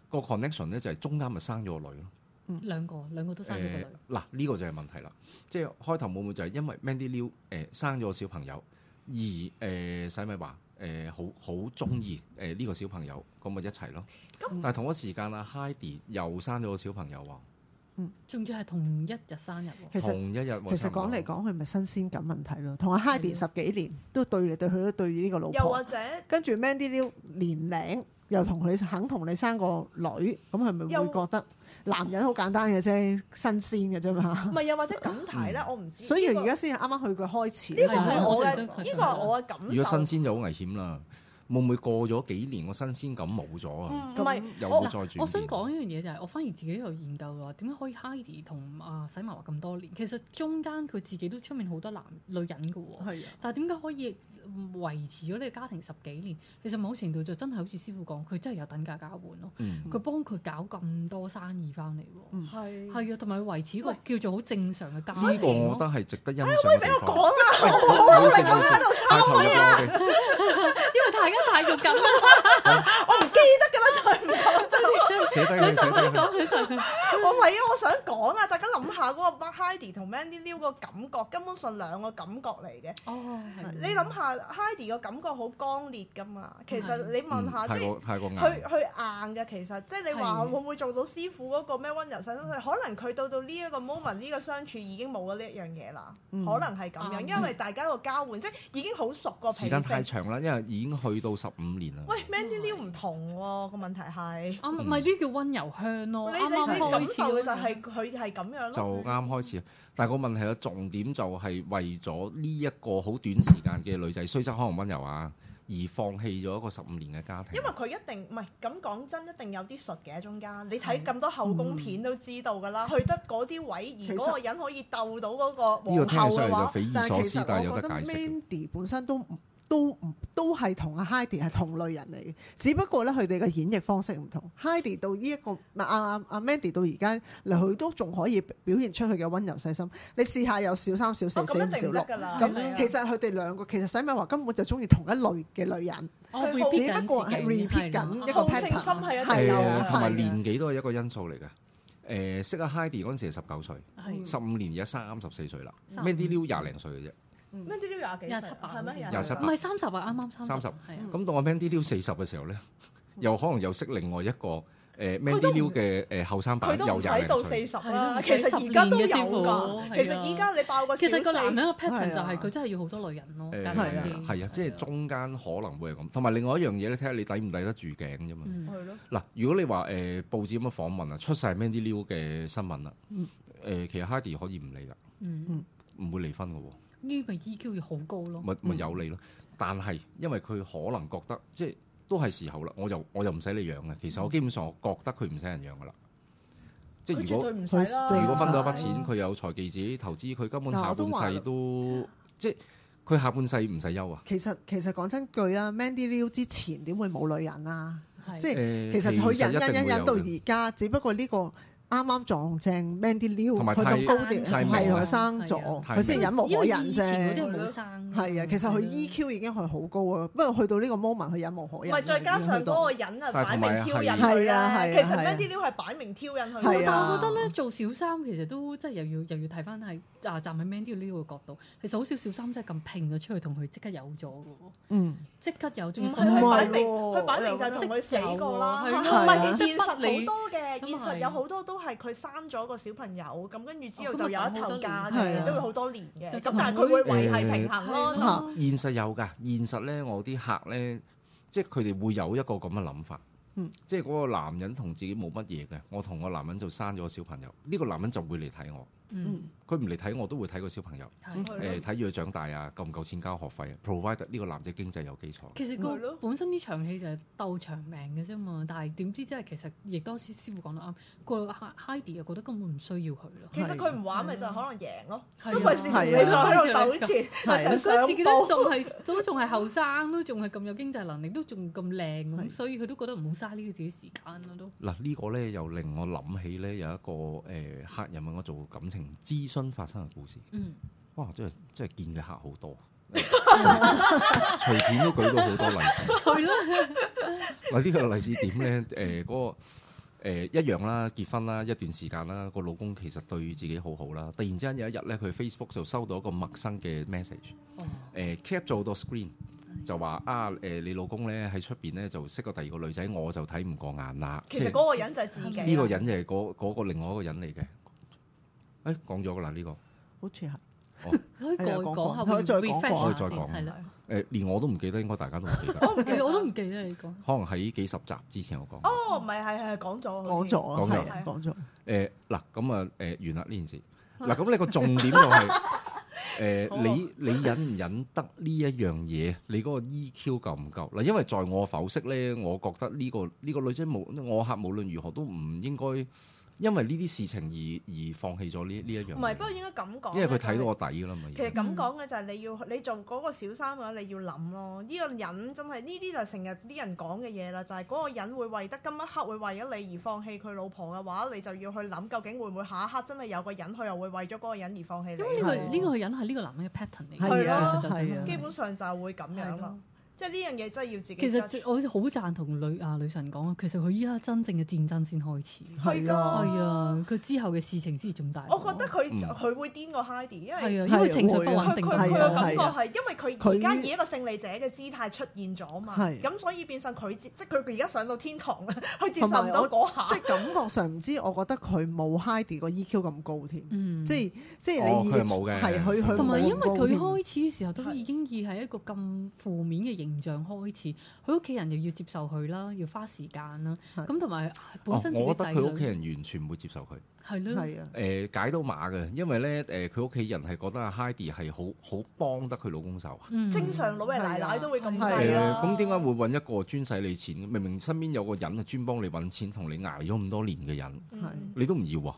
Speaker 1: 個 connection 咧就係中間咪生咗個女咯。
Speaker 2: 兩個兩個都生咗個
Speaker 1: 誒
Speaker 2: 女，
Speaker 1: 嗱呢個就係問題啦，即係開頭會唔會就係因為 Mandy Liu 誒、生咗個小朋友，而誒使咪話誒好好中意誒呢個小朋友，咁咪一齊咯。
Speaker 3: 咁
Speaker 1: 但係同一時間啊，Heidi 又生咗個小朋友喎，
Speaker 2: 仲要係同一日生日喎，
Speaker 4: 其實
Speaker 1: 同一日喎
Speaker 4: 其實
Speaker 1: 差唔多
Speaker 4: 講嚟講去咪新鮮感問題咯，同阿 Hardy
Speaker 3: 啊
Speaker 4: 十幾年都對你對佢都對呢個老
Speaker 3: 又或
Speaker 4: 婆，
Speaker 3: 者
Speaker 4: 跟住 Mandy Liu 年齡又同佢肯同你生個女，咁佢咪會
Speaker 3: 又
Speaker 4: 覺得男人好簡單嘅啫，新鮮嘅啫嘛。
Speaker 3: 唔係又或者咁睇咧，我唔知。
Speaker 4: 所以
Speaker 3: 呢個
Speaker 4: 而家先係啱啱去個開始啊
Speaker 3: 呢個係
Speaker 2: 係
Speaker 3: 我
Speaker 2: 我
Speaker 3: 嘅，呢
Speaker 2: 想
Speaker 3: 個係我嘅感
Speaker 1: 如果新
Speaker 3: 受。
Speaker 1: 鮮就好危險啦，會唔會過咗幾年個新鮮感冇咗啊？
Speaker 3: 嗯唔唔係
Speaker 1: 又
Speaker 3: 我
Speaker 1: 會再轉變
Speaker 2: 我想講一樣嘢就係，我反而自己有研究話點解可以 Heidi 同啊洗麻華咁多年，其實中間佢自己都出面好多男女人嘅喎，
Speaker 4: 係啊，
Speaker 2: 但係點解可以維持咗呢個家庭十幾年？其實某程度就真係好似師傅講，佢真係有等價交換咯，
Speaker 1: 嗯
Speaker 2: 佢幫佢搞咁多生意翻嚟喎，
Speaker 3: 係
Speaker 2: 係啊，同埋維持一個叫做好正常嘅家
Speaker 1: 呢
Speaker 3: 啊
Speaker 2: 庭
Speaker 1: 個我
Speaker 2: 咯
Speaker 1: 覺得係值得欣賞嘅地
Speaker 3: 講
Speaker 1: 方。
Speaker 3: 啦，
Speaker 1: 喂唔好意思，唔好意思，太投入啦我哋。
Speaker 2: 因為大家太肉緊啦，
Speaker 3: 我唔記得㗎啦，就係唔講真。
Speaker 1: 寫低佢，
Speaker 2: 你就可以
Speaker 1: 寫低佢。
Speaker 2: 講佢就
Speaker 3: 我唔係啊，我想講啊，大家諗下嗰個 Heidi 同 Mandy Liu 個感覺，根本上兩個感覺嚟嘅。
Speaker 2: 哦，係
Speaker 3: 你諗下 Heidi 個感覺好剛烈㗎嘛，其實你問
Speaker 1: 嗯
Speaker 3: 下
Speaker 1: 太
Speaker 3: 即係。
Speaker 1: 過太過硬。
Speaker 3: 佢佢硬嘅其實，即係你話
Speaker 2: 係
Speaker 3: 會唔會做到師傅嗰個咩温柔細心？可能佢到到呢一個 moment 呢個相處已經冇咗呢一樣嘢啦，
Speaker 4: 嗯
Speaker 3: 可能係咁樣，
Speaker 2: 啱
Speaker 3: 因為大家個交換即係已經好熟個脾
Speaker 1: 時間太
Speaker 3: 性。
Speaker 1: 長啦，因為已經去到十五年啦。
Speaker 3: 喂
Speaker 2: 嗯
Speaker 3: ，Mandy Liu 唔同喎，個問題係。
Speaker 2: 啱，
Speaker 1: 嗯
Speaker 2: 唔係呢叫温柔香咯，
Speaker 3: 你
Speaker 2: 哦啱啱
Speaker 3: 你你感
Speaker 2: 開始
Speaker 3: 受嘅就
Speaker 2: 嗰陣
Speaker 3: 係佢係咁樣
Speaker 1: 就
Speaker 3: 咯，
Speaker 1: 啱開始，但係個問題嘅重點就係為咗呢一個好短時間嘅女仔，雖則可能温柔啊，而放棄咗一個十五年嘅家庭
Speaker 3: 因為。佢一定唔係咁講真，一定有啲術嘅中間。你睇咁多後宮片都知道㗎啦，去得嗰啲位，而
Speaker 4: 其實
Speaker 3: 嗰個人可以鬥到嗰個皇
Speaker 1: 嗯呢個聽起
Speaker 3: 后
Speaker 1: 上嚟
Speaker 3: 嘅
Speaker 1: 就
Speaker 3: 話，
Speaker 1: 匪夷
Speaker 4: 但
Speaker 1: 所
Speaker 4: 係其
Speaker 1: 思，但係
Speaker 4: 實
Speaker 1: 有
Speaker 4: 我
Speaker 1: 得
Speaker 4: 覺得
Speaker 1: 解釋嘅。
Speaker 4: Mandy 本身都唔都唔都係同阿 Heidi 係同類人嚟嘅，只不過咧佢哋嘅演繹方式唔同。Heidi 到呢、一個，唔啊係阿阿阿 Mandy 到而家，佢都仲可以表現出佢嘅温柔細心。你試下有小三、小四、
Speaker 3: 哦
Speaker 4: 小
Speaker 3: 咁
Speaker 4: 五、
Speaker 3: 一定
Speaker 4: 小
Speaker 3: 唔得
Speaker 4: 六，
Speaker 3: 㗎啦。係咪
Speaker 4: 咁
Speaker 3: 啊
Speaker 4: 其實佢哋兩個其實使咪話根本就中意同一類嘅女人。
Speaker 2: 我
Speaker 3: 佢
Speaker 2: 哦 repeat
Speaker 4: 只不過係
Speaker 2: 緊自己
Speaker 4: repeat
Speaker 2: 係啦哦
Speaker 4: 緊一個
Speaker 3: 好勝
Speaker 4: pattern
Speaker 3: 心係一
Speaker 4: 係
Speaker 3: 定有
Speaker 4: 啊
Speaker 1: 誒同
Speaker 3: 㗎。
Speaker 1: 埋年紀都係一個因素嚟嘅。誒識阿 Heidi 嗰陣時係十九歲，
Speaker 3: 嗯
Speaker 2: 係嗯
Speaker 1: 十五年而家三十四歲啦
Speaker 2: 三
Speaker 1: ，Mandy Liu 廿零歲嘅啫。
Speaker 3: 咩都要廿幾歲，啊
Speaker 2: 廿七八
Speaker 3: 係咩？
Speaker 2: 廿
Speaker 1: 廿七
Speaker 3: 七
Speaker 1: 八
Speaker 2: 唔係三十啊，啱啱三
Speaker 1: 三十
Speaker 2: 係
Speaker 3: 嗯
Speaker 2: 啊，
Speaker 1: 咁到我 Mandy Liu 四十嘅時候咧，又可能又識另外一個誒
Speaker 3: 佢
Speaker 1: Mandy
Speaker 3: 都唔
Speaker 1: Liu 嘅誒後生
Speaker 3: 佢
Speaker 1: 版，
Speaker 3: 都
Speaker 1: 又
Speaker 3: 唔
Speaker 1: 廿
Speaker 3: 使到
Speaker 1: 零
Speaker 3: 四
Speaker 1: 歲。
Speaker 3: 十
Speaker 2: 係啊
Speaker 3: 啦，
Speaker 2: 唔
Speaker 3: 其
Speaker 2: 使
Speaker 3: 實而家都有
Speaker 2: 十年嘅師
Speaker 3: 㗎。
Speaker 2: 傅啊
Speaker 3: 其實而家你爆個
Speaker 2: 其
Speaker 3: 小
Speaker 2: 實個男
Speaker 3: 四，
Speaker 2: 人嘅 pattern 就係
Speaker 4: 係啊
Speaker 2: 佢真係要好多女人咯，
Speaker 1: 誒
Speaker 2: 簡單啲
Speaker 1: 係啊，即係中間可能會係咁，同埋另外一樣嘢咧，睇下你抵唔抵得住頸啫嘛。
Speaker 2: 嗯
Speaker 3: 係咯，
Speaker 1: 嗱，如果你話誒、呃、報紙咁嘅訪問啊，出晒 Mandy Liu 嘅新聞啦，誒、
Speaker 3: 嗯
Speaker 1: 其實 Heidi 可以唔理啦，
Speaker 2: 嗯
Speaker 1: 唔會離婚嘅喎，
Speaker 2: 呢咪 EQ 要好高咯，
Speaker 1: 咪
Speaker 4: 嗯
Speaker 1: 咪有你咯。但係因為佢可能覺得即係都係時候啦，我又我又唔使你養嘅，其
Speaker 4: 嗯
Speaker 1: 實我基本上我覺得佢唔使人養嘅啦。即
Speaker 3: 佢
Speaker 1: 係如
Speaker 3: 絕
Speaker 1: 果
Speaker 3: 對唔使啦。
Speaker 4: 佢
Speaker 1: 如果分到
Speaker 2: 啊
Speaker 1: 一筆
Speaker 4: 唔
Speaker 1: 錢，佢有財技自己投資，佢根本
Speaker 4: 嗱
Speaker 1: 下
Speaker 4: 我都
Speaker 1: 半世
Speaker 4: 話
Speaker 1: 都即係佢下半世唔使憂啊。
Speaker 4: 其實其實講真句啊，Mandy Liu 之前點會冇女人啊？
Speaker 2: 係
Speaker 4: 即係
Speaker 1: 誒
Speaker 4: 其實佢忍
Speaker 1: 嗯一定
Speaker 4: 忍忍
Speaker 1: 會
Speaker 4: 忍
Speaker 1: 有
Speaker 4: 到
Speaker 1: 嘅
Speaker 4: 而家，只不過呢個啱啱撞正 Mandy Liu，
Speaker 1: 同埋
Speaker 4: 佢
Speaker 1: 太
Speaker 4: 咁高調，
Speaker 1: 太明
Speaker 4: 係同
Speaker 1: 啦
Speaker 4: 佢生
Speaker 2: 係
Speaker 4: 咗，
Speaker 2: 啊
Speaker 4: 佢先忍無
Speaker 2: 因
Speaker 4: 可
Speaker 2: 為
Speaker 4: 忍
Speaker 2: 以前嗰
Speaker 4: 啫。
Speaker 2: 啲冇生，
Speaker 4: 係啊，其實佢
Speaker 2: 係啊
Speaker 1: E
Speaker 4: EQ 已經係好高啊，不過去到呢個 moment 佢忍無
Speaker 3: 唔
Speaker 4: 可忍啦。
Speaker 3: 係，再加上
Speaker 4: 已經去到
Speaker 3: 嗰個人啊，
Speaker 1: 但係
Speaker 3: 擺
Speaker 1: 同
Speaker 3: 明
Speaker 1: 埋
Speaker 3: 挑
Speaker 1: 係
Speaker 3: 引佢
Speaker 4: 係啊
Speaker 3: 啦。
Speaker 4: 係
Speaker 3: 其
Speaker 4: 啊
Speaker 3: 實
Speaker 4: 係啊
Speaker 3: Mandy Liu 係擺明挑引佢。
Speaker 4: 係
Speaker 2: 但
Speaker 4: 啊
Speaker 2: 我覺得咧，做小三其實都即係又要又要睇翻係啊，站喺 Mandy 呢個角度，其實好少小三真係咁拼咗出去，同佢即刻有咗嘅喎，
Speaker 4: 嗯，
Speaker 2: 即刻有仲
Speaker 3: 唔
Speaker 2: 要
Speaker 3: 係
Speaker 2: 分手
Speaker 4: 唔
Speaker 3: 佢
Speaker 4: 係
Speaker 3: 擺明，
Speaker 4: 喎
Speaker 3: 佢擺明就同佢死
Speaker 1: 啊
Speaker 3: 過啦。
Speaker 2: 係
Speaker 3: 唔
Speaker 2: 咯
Speaker 3: 係
Speaker 2: 即係
Speaker 3: 現實好
Speaker 2: 不理
Speaker 3: 多嘅，
Speaker 2: 咁啊
Speaker 3: 現實
Speaker 2: 係
Speaker 3: 有好多都係佢生咗個小朋友，咁跟住之後
Speaker 2: 哦咁
Speaker 3: 就有
Speaker 2: 咪
Speaker 3: 一
Speaker 2: 講好
Speaker 3: 頭
Speaker 2: 多
Speaker 3: 家
Speaker 4: 年係
Speaker 3: 嘅，
Speaker 4: 啊
Speaker 3: 都會好多年嘅。
Speaker 2: 就
Speaker 3: 咁
Speaker 2: 同
Speaker 3: 但係
Speaker 2: 佢
Speaker 3: 佢會維係
Speaker 1: 誒
Speaker 3: 平衡咯。
Speaker 2: 係啊
Speaker 3: 就
Speaker 2: 咯
Speaker 1: 現實有㗎，現實咧，我啲客咧，即係佢哋會有一個咁嘅諗法，
Speaker 4: 嗯
Speaker 1: 即係嗰個男人同自己冇乜嘢嘅，我同個男人就生咗個小朋友，呢、個男人就會嚟睇我，
Speaker 2: 嗯
Speaker 1: 佢唔嚟睇我都會睇個小朋友，
Speaker 2: 係。
Speaker 3: 係咯
Speaker 1: 誒睇住佢長大啊，夠唔夠錢交學費啊，provide 呢個男仔經濟有基礎。
Speaker 2: 其實
Speaker 3: 咪
Speaker 2: 個
Speaker 3: 咯
Speaker 2: 本身呢場戲就係鬥長命嘅啫嘛，但係點知真係其實亦當時師傅講得啱，個 Heidi 又覺得根本唔需要佢咯。
Speaker 3: 其實佢唔玩咪就可能贏咯，
Speaker 2: 係啊
Speaker 3: 都費事同你再喺度糾纏，
Speaker 4: 係
Speaker 2: 佢
Speaker 4: 啊
Speaker 3: 咪
Speaker 2: 覺得
Speaker 3: 成
Speaker 2: 自己
Speaker 3: 日
Speaker 2: 都
Speaker 3: 上報。
Speaker 2: 仲係都仲係後生，都仲係咁有經濟能力，都仲咁靚咁，
Speaker 4: 係
Speaker 2: 所以佢都覺得唔好嘥呢個自己時間咯都。
Speaker 1: 嗱呢個咧又令我諗起咧有一個誒、客人問我做感情諮詢發生嘅故事，
Speaker 2: 嗯，
Speaker 1: 哇！真係真係見嘅客好多， 隨便都舉到好多例子。
Speaker 2: 係咯，
Speaker 1: 嗱呢個例子點咧？誒、嗰、個、誒一樣啦，結婚啦一段時間啦，個老公其實對自己好好啦。突然之間有一日咧，佢 Facebook 就收到一個陌生嘅 message，
Speaker 2: 哦
Speaker 1: 誒呃 cap 咗好多 screen，就話啊誒、你老公咧喺出邊咧就識個第二個女仔，我就睇唔過眼啦。
Speaker 3: 其實
Speaker 1: 即係
Speaker 3: 嗰個人就係自己啊。
Speaker 1: 呢個人就係嗰嗰個另外一個人嚟嘅。誒講咗噶啦呢個，誒、
Speaker 4: 好似係
Speaker 2: 可以改
Speaker 4: 係啊講
Speaker 2: 講下，
Speaker 4: 講可以再講
Speaker 2: refresh
Speaker 1: 講可以再
Speaker 2: 下
Speaker 1: 講
Speaker 2: 先係 啦。
Speaker 1: 連我都唔記得，應該大家都唔記 得。
Speaker 2: 係我都唔記得你講。
Speaker 1: 可能喺幾十集之前我講過。
Speaker 3: 哦，唔係係係講咗，好
Speaker 4: 講
Speaker 3: 似
Speaker 4: 咗啊，
Speaker 1: 講咗
Speaker 4: 係啊講咗，
Speaker 1: 誒嗱，咁啊誒完啦呢件事。 嗱，咁你個重點就係、誒、
Speaker 3: 好啊
Speaker 1: 你你忍唔忍得呢一樣嘢？你嗰個 EQ 夠唔夠？嗱，因為在我剖析咧，我覺得呢、個呢、個女仔無我客無論如何都唔應該因為呢啲事情而而放棄咗呢呢一樣嘢。
Speaker 3: 唔係，不過應該咁講。
Speaker 1: 因為佢睇到我底㗎啦嘛。已
Speaker 3: 其
Speaker 1: 經哦
Speaker 3: 實
Speaker 2: 嗯
Speaker 3: 咁講嘅就係你要你做嗰個小三嘅話，你要諗咯。呢、個人真係呢啲就成日啲人講嘅嘢啦，就係、嗰個人會為得今一刻會為咗你而放棄佢老婆嘅話，你就要去諗究竟會唔會下一刻真係有個人佢又會為咗嗰個人而放棄你
Speaker 2: 因為呢個呢
Speaker 4: 係啊
Speaker 2: 個人係啊呢個男人嘅 pattern 嚟嘅，
Speaker 4: 係
Speaker 3: 啊
Speaker 2: 其實就係咁
Speaker 4: 係啊
Speaker 3: 基本上就會咁樣
Speaker 2: 係
Speaker 3: 啦
Speaker 2: 咯。
Speaker 3: 即係呢樣嘢真係要自己
Speaker 2: 其
Speaker 3: judge
Speaker 2: 實我哦好贊同女啊女神講啊，其實佢依家真正嘅戰爭先開始。
Speaker 3: 係
Speaker 4: 係啊
Speaker 3: 㗎，
Speaker 2: 係啊，佢之後嘅事情先至仲大鑊。
Speaker 3: 我覺得佢
Speaker 1: 嗯
Speaker 3: 佢、會癲過 Heidi，
Speaker 2: 係
Speaker 3: 因
Speaker 2: 啊，
Speaker 3: 為。
Speaker 2: 因為情緒不
Speaker 4: 係啊
Speaker 2: 穩
Speaker 3: 佢佢
Speaker 2: 定
Speaker 3: 佢
Speaker 4: 係
Speaker 3: 個
Speaker 4: 啊
Speaker 3: 感
Speaker 4: 係
Speaker 3: 覺
Speaker 4: 啊
Speaker 3: 係因為佢
Speaker 4: 佢
Speaker 3: 而家以一個勝利者嘅姿態出現咗嘛，
Speaker 4: 係
Speaker 3: 咁所以變相佢接即係佢而家上到天堂啦，佢接受
Speaker 4: 同
Speaker 3: 唔
Speaker 4: 埋
Speaker 3: 到
Speaker 4: 我
Speaker 3: 嗰下
Speaker 4: 即。係感覺上唔知，我覺得佢冇 Heidi 個 EQ 咁高添，
Speaker 2: 嗯，
Speaker 4: 即係即係
Speaker 1: 哦
Speaker 4: 你
Speaker 1: 佢係冇嘅
Speaker 4: 係佢佢
Speaker 2: 同埋因為
Speaker 4: 冇咁高
Speaker 2: 佢
Speaker 4: 添
Speaker 2: 開始嘅時候都
Speaker 3: 係
Speaker 2: 已經已係一個咁負面嘅形象開始，佢屋企人又要接受佢啦，要花時間啦，
Speaker 4: 係
Speaker 2: 咁同埋
Speaker 1: 哦
Speaker 2: 本身自己
Speaker 1: 我覺得
Speaker 2: 仔
Speaker 1: 佢屋企
Speaker 2: 女
Speaker 1: 人完全唔會接受佢。
Speaker 2: 係咯，
Speaker 4: 係啊，
Speaker 1: 誒解到馬嘅，因為咧誒佢屋企人係覺得阿 Heidi 係好好幫得佢老公手啊。
Speaker 2: 嗯
Speaker 3: 正常老爺奶奶都會咁
Speaker 1: 誒
Speaker 3: 計
Speaker 4: 係啊
Speaker 3: 啦。
Speaker 1: 啊咁點解會揾一個專使你錢？明明身邊有個人係專幫你揾錢，同你捱咗咁多年嘅人，
Speaker 3: 嗯？
Speaker 4: 係
Speaker 1: 你都唔要啊！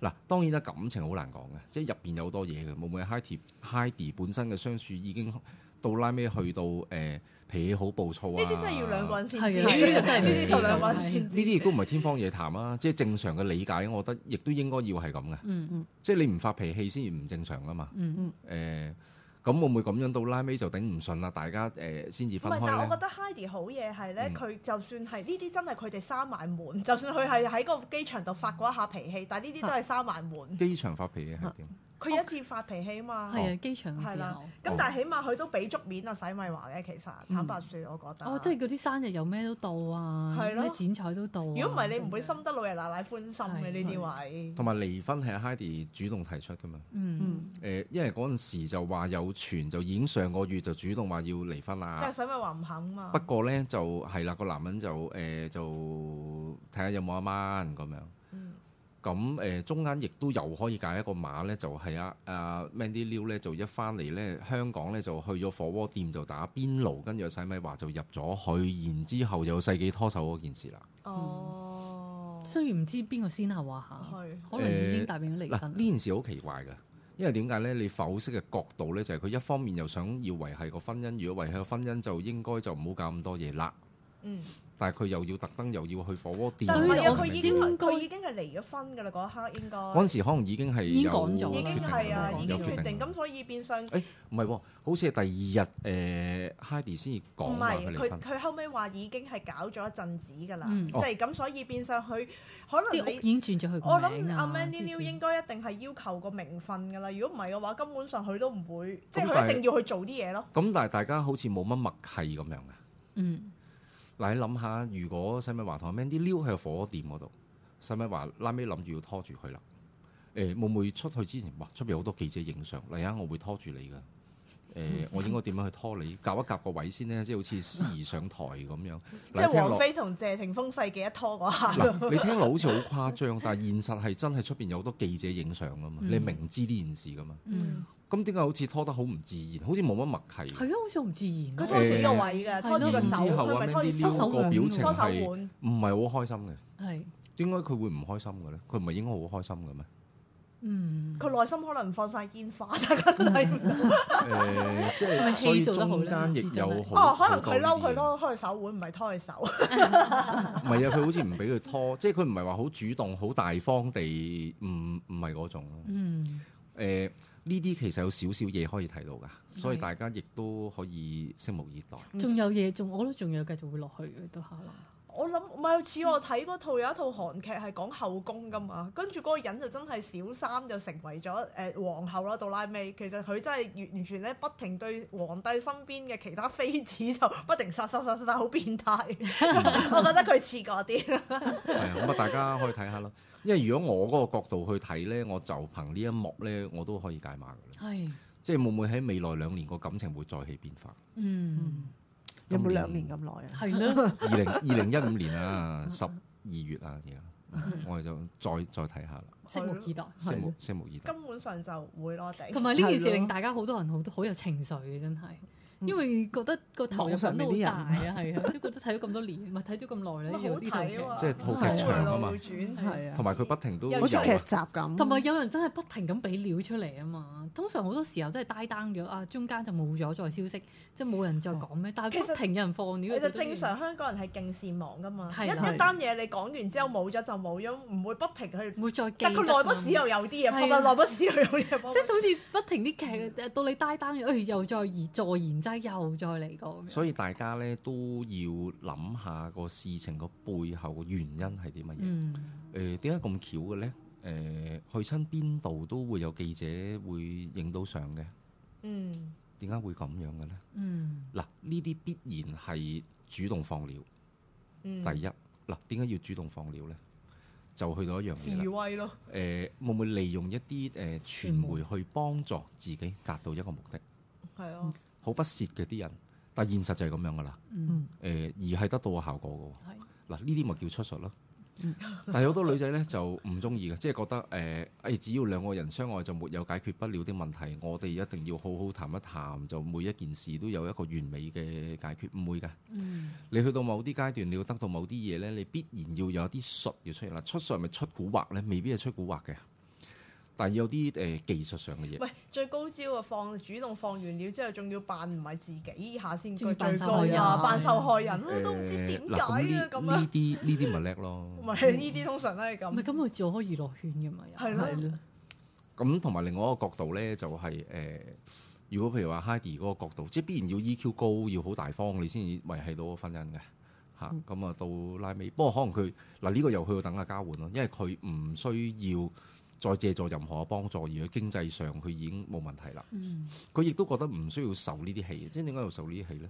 Speaker 1: 嗱，當然啦，感情好難講嘅，即係入邊有好多嘢嘅。會唔會 Heidi Heidi 本身嘅相處已經到拉尾去到誒、呃脾氣好暴躁啊？
Speaker 3: 呢啲真係要兩個人先知，
Speaker 2: 係
Speaker 3: 呢
Speaker 2: 啊呢個真係唔
Speaker 3: 啲
Speaker 1: 知
Speaker 3: 就兩個人先
Speaker 1: 呢啲
Speaker 3: 知。
Speaker 1: 亦都唔係天方夜譚啊！即係正常嘅理解，我覺得亦都應該要係咁嘅。
Speaker 2: 嗯嗯
Speaker 1: 即係你唔發脾氣先唔正常噶嘛。
Speaker 2: 嗯嗯
Speaker 1: 誒、咁會唔會咁樣到拉尾就頂唔順啦？大家誒先至
Speaker 3: 唔
Speaker 1: 分
Speaker 3: 係，但係
Speaker 1: 開
Speaker 3: 我
Speaker 1: 咧？
Speaker 3: 覺得 Heidi 好嘢係咧，
Speaker 1: 嗯
Speaker 3: 佢就算係呢啲真係佢哋閂埋門，就算佢係喺個機場度發過一下脾氣，但係呢啲都係閂埋門。
Speaker 1: 機場發脾氣係點？
Speaker 3: 佢有一次發脾氣啊嘛，
Speaker 2: 係啊，機場嘅
Speaker 3: 係
Speaker 2: 時
Speaker 3: 啦
Speaker 2: 候。
Speaker 3: 咁但係起碼佢都俾足面啊洗米華嘅，其實坦白説，我覺
Speaker 2: 嗯
Speaker 3: 得。
Speaker 2: 哦，即係嗰啲生日有咩都到啊，
Speaker 3: 係咯
Speaker 2: 咩剪彩都到、啊。
Speaker 3: 如果唔係你唔會深得老爺奶奶歡心嘅呢啲位。
Speaker 1: 同埋離婚係 Heidi 主動提出噶嘛？
Speaker 2: 嗯，
Speaker 1: 誒、因為嗰陣時就話有傳，就已經上個月就主動話要離婚啦
Speaker 3: 但係。洗米華唔肯嘛
Speaker 1: 啊不。過咧就係啦，個男人就誒、就睇下有冇阿媽咁樣。
Speaker 3: 嗯
Speaker 1: 咁誒、中間亦都又可以解一個碼咧，就係阿阿 Mandy Liu 咧就一翻嚟咧香港咧就去咗火鍋店就打邊爐，跟住阿洗米華就入咗去，然之後有世紀拖手嗰件事啦。
Speaker 3: 哦，
Speaker 2: 雖然唔知邊個先後啊嚇，
Speaker 3: 係
Speaker 2: 可能已經大變咗離
Speaker 1: 嗱
Speaker 2: 婚。
Speaker 1: 呢件事好奇怪嘅，因為點解咧？你剖析嘅角度咧就係、佢一方面又想要維係個婚姻，如果維係個婚姻就應該就唔好搞咁多嘢啦。
Speaker 3: 嗯。
Speaker 1: 但係佢又要特登又要去火鍋店，
Speaker 3: 但唔係
Speaker 2: 所以
Speaker 3: 啊，
Speaker 2: 我
Speaker 3: 佢已經
Speaker 2: 應該
Speaker 3: 佢已經係離咗婚㗎啦，嗰一刻應
Speaker 1: 嗰
Speaker 3: 該
Speaker 1: 陣時可能已經係
Speaker 2: 已經講咗
Speaker 1: 有
Speaker 2: 啦
Speaker 3: 已經係啊，已經
Speaker 1: 有
Speaker 3: 決定。
Speaker 1: 啦
Speaker 3: 咁所以變相
Speaker 1: 誒唔係喎，好似係第二日誒 Heidi 先至
Speaker 3: 唔
Speaker 1: 講話
Speaker 3: 係
Speaker 1: 啊佢離
Speaker 3: 佢
Speaker 1: 婚。
Speaker 3: 佢後尾話已經係搞咗一陣子㗎啦，
Speaker 2: 嗯
Speaker 3: 即係
Speaker 1: 哦
Speaker 3: 咁，所以變相佢可
Speaker 2: 啲
Speaker 3: 能
Speaker 2: 屋
Speaker 3: 你。
Speaker 2: 已經轉咗佢
Speaker 3: 我
Speaker 2: 個名
Speaker 3: 諗
Speaker 2: 啊。
Speaker 3: 阿 Mandy
Speaker 2: 諸如
Speaker 3: Liu
Speaker 2: 此類
Speaker 3: 應該一定係要求個名分㗎啦，如果唔係嘅話，根本上佢都唔會，即係
Speaker 1: 咁但
Speaker 3: 佢
Speaker 1: 係
Speaker 3: 一定要去做啲嘢咯。
Speaker 1: 咁但係大家好似冇乜默契咁樣嘅。
Speaker 2: 嗯
Speaker 1: 嗱，你諗下，如果西米華同阿 Mandy 溜喺個火鍋店嗰度，西米華拉尾諗住要拖住佢啦。誒、會唔會出去之前，哇，出邊好多記者影相，嚟啊，我會拖住你㗎。誒、 我應該點樣去拖你？夾一夾個位先呢，即係好似司儀上台咁 樣。
Speaker 3: 即
Speaker 1: 嗱
Speaker 3: 係
Speaker 1: 你聽
Speaker 3: 王
Speaker 1: 落
Speaker 3: 菲同謝霆鋒世紀一拖嗰下，
Speaker 1: 嗱，你聽落好似好誇張，但係現實係真係出邊有好多記者影相噶嘛，
Speaker 2: 嗯
Speaker 1: 你明知呢件事噶嘛，
Speaker 2: 嗯，
Speaker 1: 咁點解好似拖得好唔自然，好似冇乜默契？
Speaker 2: 係啊，好似好唔自然
Speaker 3: 佢
Speaker 2: 咯。
Speaker 3: 拖住呢個位
Speaker 2: 誒
Speaker 3: 㗎，拖住個手，
Speaker 1: 然之後
Speaker 3: 佢
Speaker 1: 啊
Speaker 3: 咪拖住
Speaker 1: Mandy
Speaker 3: 手
Speaker 1: Liu
Speaker 2: 手手
Speaker 1: 個
Speaker 2: 腕
Speaker 1: 表情
Speaker 3: 拖手
Speaker 1: 係
Speaker 3: 腕。
Speaker 1: 唔係好開心嘅？
Speaker 2: 係
Speaker 1: 點解佢會唔開心嘅咧？佢唔係應該好開心嘅咩？
Speaker 2: 嗯，
Speaker 3: 佢內心可能放晒煙花，大家都睇唔到。
Speaker 1: 誒，即
Speaker 2: 係咪
Speaker 1: 係
Speaker 2: 戲
Speaker 1: 所以
Speaker 2: 做得好
Speaker 1: 中
Speaker 2: 咧
Speaker 1: 間亦有好
Speaker 3: 哦，可能佢嬲
Speaker 1: 好多
Speaker 3: 佢
Speaker 1: 呢啲
Speaker 3: 咯，開手腕唔係拖佢手。
Speaker 1: 嘢唔係啊，佢好似唔俾佢拖，即係佢唔係話好主動、好大方地，唔唔係嗰種咯。
Speaker 2: 嗯
Speaker 1: 誒，呢啲其實有少少嘢可以睇到㗎，所以
Speaker 2: 係
Speaker 1: 大家亦都可以拭目以待。
Speaker 2: 仲有嘢，仲我覺得仲有繼續會落去嘅都可能。
Speaker 3: 我諗唔係似我睇嗰套有一套韓劇係講後宮噶嘛，跟住嗰個人就真係小三就成為咗誒、呃皇后啦，到拉尾其實佢真係完完全咧不停對皇帝身邊嘅其他妃子就不停殺殺殺殺殺，好變態。 我覺得佢似嗰啲。
Speaker 1: 係啊，咁啊，大家可以睇下咯。因為如果我嗰個角度去睇咧，我就憑呢一幕咧，我都可以解碼㗎啦。
Speaker 2: 係
Speaker 1: 即係會唔會喺未來兩年個感情會再起變化？
Speaker 2: 嗯
Speaker 4: 有冇兩年咁耐啊？
Speaker 2: 係 咯，
Speaker 1: 二零二零一五年啊，十二月啊，而家我哋就再再睇下啦，
Speaker 2: 拭目以待。
Speaker 1: 拭目拭目以待。
Speaker 3: 根本上就會咯，頂。
Speaker 2: 同埋呢件
Speaker 4: 係
Speaker 2: 事
Speaker 4: 咯
Speaker 2: 令大家好多人好好有情緒嘅，真係，
Speaker 4: 嗯
Speaker 2: 因為覺得個投入
Speaker 4: 網上
Speaker 2: 感
Speaker 4: 面
Speaker 2: 都好
Speaker 4: 啲人
Speaker 2: 大啊，係啊，都覺得睇咗咁多年， 咪睇咗咁耐
Speaker 3: 咪
Speaker 2: 啦，
Speaker 3: 好
Speaker 2: 呢呢套劇
Speaker 3: 睇啊嘛，
Speaker 1: 即係套
Speaker 4: 劇場
Speaker 1: 啊嘛
Speaker 3: 來回轉
Speaker 4: 係啊
Speaker 1: 同，埋佢不停都有
Speaker 4: 好似劇
Speaker 1: 啊，
Speaker 4: 集咁。
Speaker 2: 同埋有人真係不停咁俾料出嚟啊嘛，通常好多時候都係 die down 咗啊，中間就冇咗再消息，即係冇人再講咩，但係不停有人放
Speaker 3: 其
Speaker 2: 料。
Speaker 3: 實正常香港人係勁善忘噶嘛，一
Speaker 2: 係啦
Speaker 3: 一單嘢你講完之後冇咗就冇咗，唔會不停去
Speaker 2: 唔會再記
Speaker 3: 但佢
Speaker 2: 得
Speaker 3: 耐
Speaker 2: 啊
Speaker 3: 不
Speaker 2: 嘛
Speaker 3: 時又有啊啲嘢
Speaker 2: 係啊
Speaker 3: pop up，耐不時又有啲嘢 pop
Speaker 2: 即係
Speaker 3: up
Speaker 2: 好似不停啲劇誒到你 die down 咗，誒又再延再延擠，又再嚟過咁樣。
Speaker 1: 所以大家咧都要諗下個事情個背後個原因係啲乜嘢？
Speaker 2: 嗯，
Speaker 1: 誒點解咁巧嘅咧？誒、去親邊度都會有記者會影到相嘅，
Speaker 3: 嗯，
Speaker 1: 點解會咁樣嘅咧？
Speaker 2: 嗯
Speaker 1: 嗱，呢啲必然係主動放料。
Speaker 3: 嗯
Speaker 1: 第一，嗱，點解要主動放料呢？就去到一樣嘢啦
Speaker 3: 示。威咯，
Speaker 1: 誒、呃會唔會利用一啲誒、呃、傳媒去幫助自己達到一個目的？
Speaker 3: 係啊，
Speaker 1: 好不屑嘅啲人，但係現實就係咁樣噶啦。
Speaker 2: 嗯
Speaker 1: 誒、而係得到個效果嘅
Speaker 2: 係
Speaker 1: 喎。嗱，呢啲咪叫出術咯。
Speaker 4: 嗯
Speaker 1: 但係好多女仔呢就唔中意嘅，即係覺得誒，誒、哎只要兩個人相愛就沒有解決不了的問題，我哋一定要好好談一談，就每一件事都有一個完美嘅解決，唔會嘅。
Speaker 2: 嗯
Speaker 1: 你去到某啲階段，你要得到某啲嘢呢，你必然要有啲術要出現啦。出術係咪出古惑呢？未必係出古惑嘅，但係有啲誒、技術上嘅嘢。
Speaker 3: 喂，最高招啊！放主動放完料之後，仲要扮唔係自己下先，
Speaker 2: 仲要
Speaker 3: 最
Speaker 2: 扮受
Speaker 3: 高
Speaker 2: 害人
Speaker 3: 啊！扮受害人，我
Speaker 1: 誒
Speaker 3: 都唔知點解
Speaker 1: 嗱咁
Speaker 3: 啊
Speaker 1: 呢
Speaker 3: 咁
Speaker 1: 呢
Speaker 3: 啊！
Speaker 1: 啲呢啲咪叻咯。
Speaker 3: 唔係呢啲通常都係
Speaker 2: 唔係
Speaker 3: 咁。
Speaker 2: 咁佢做開娛樂圈嘅嘛，又
Speaker 3: 係咯
Speaker 2: 咯，
Speaker 1: 咁同埋另外一個角度呢，就係、呃如果譬如話 Heidi 嗰個角度，即係必然要 EQ 高，要好大方，你先至維係到個婚姻嘅嚇。
Speaker 3: 嗯
Speaker 1: 咁啊、到拉尾，不過可能佢嗱呢個又去到等價交換咯，因為佢唔需要再借助任何嘅幫助，而佢經濟上佢已經冇問題啦。
Speaker 2: 嗯
Speaker 1: 佢亦都覺得唔需要受呢啲氣，即係點解要受呢啲氣呢？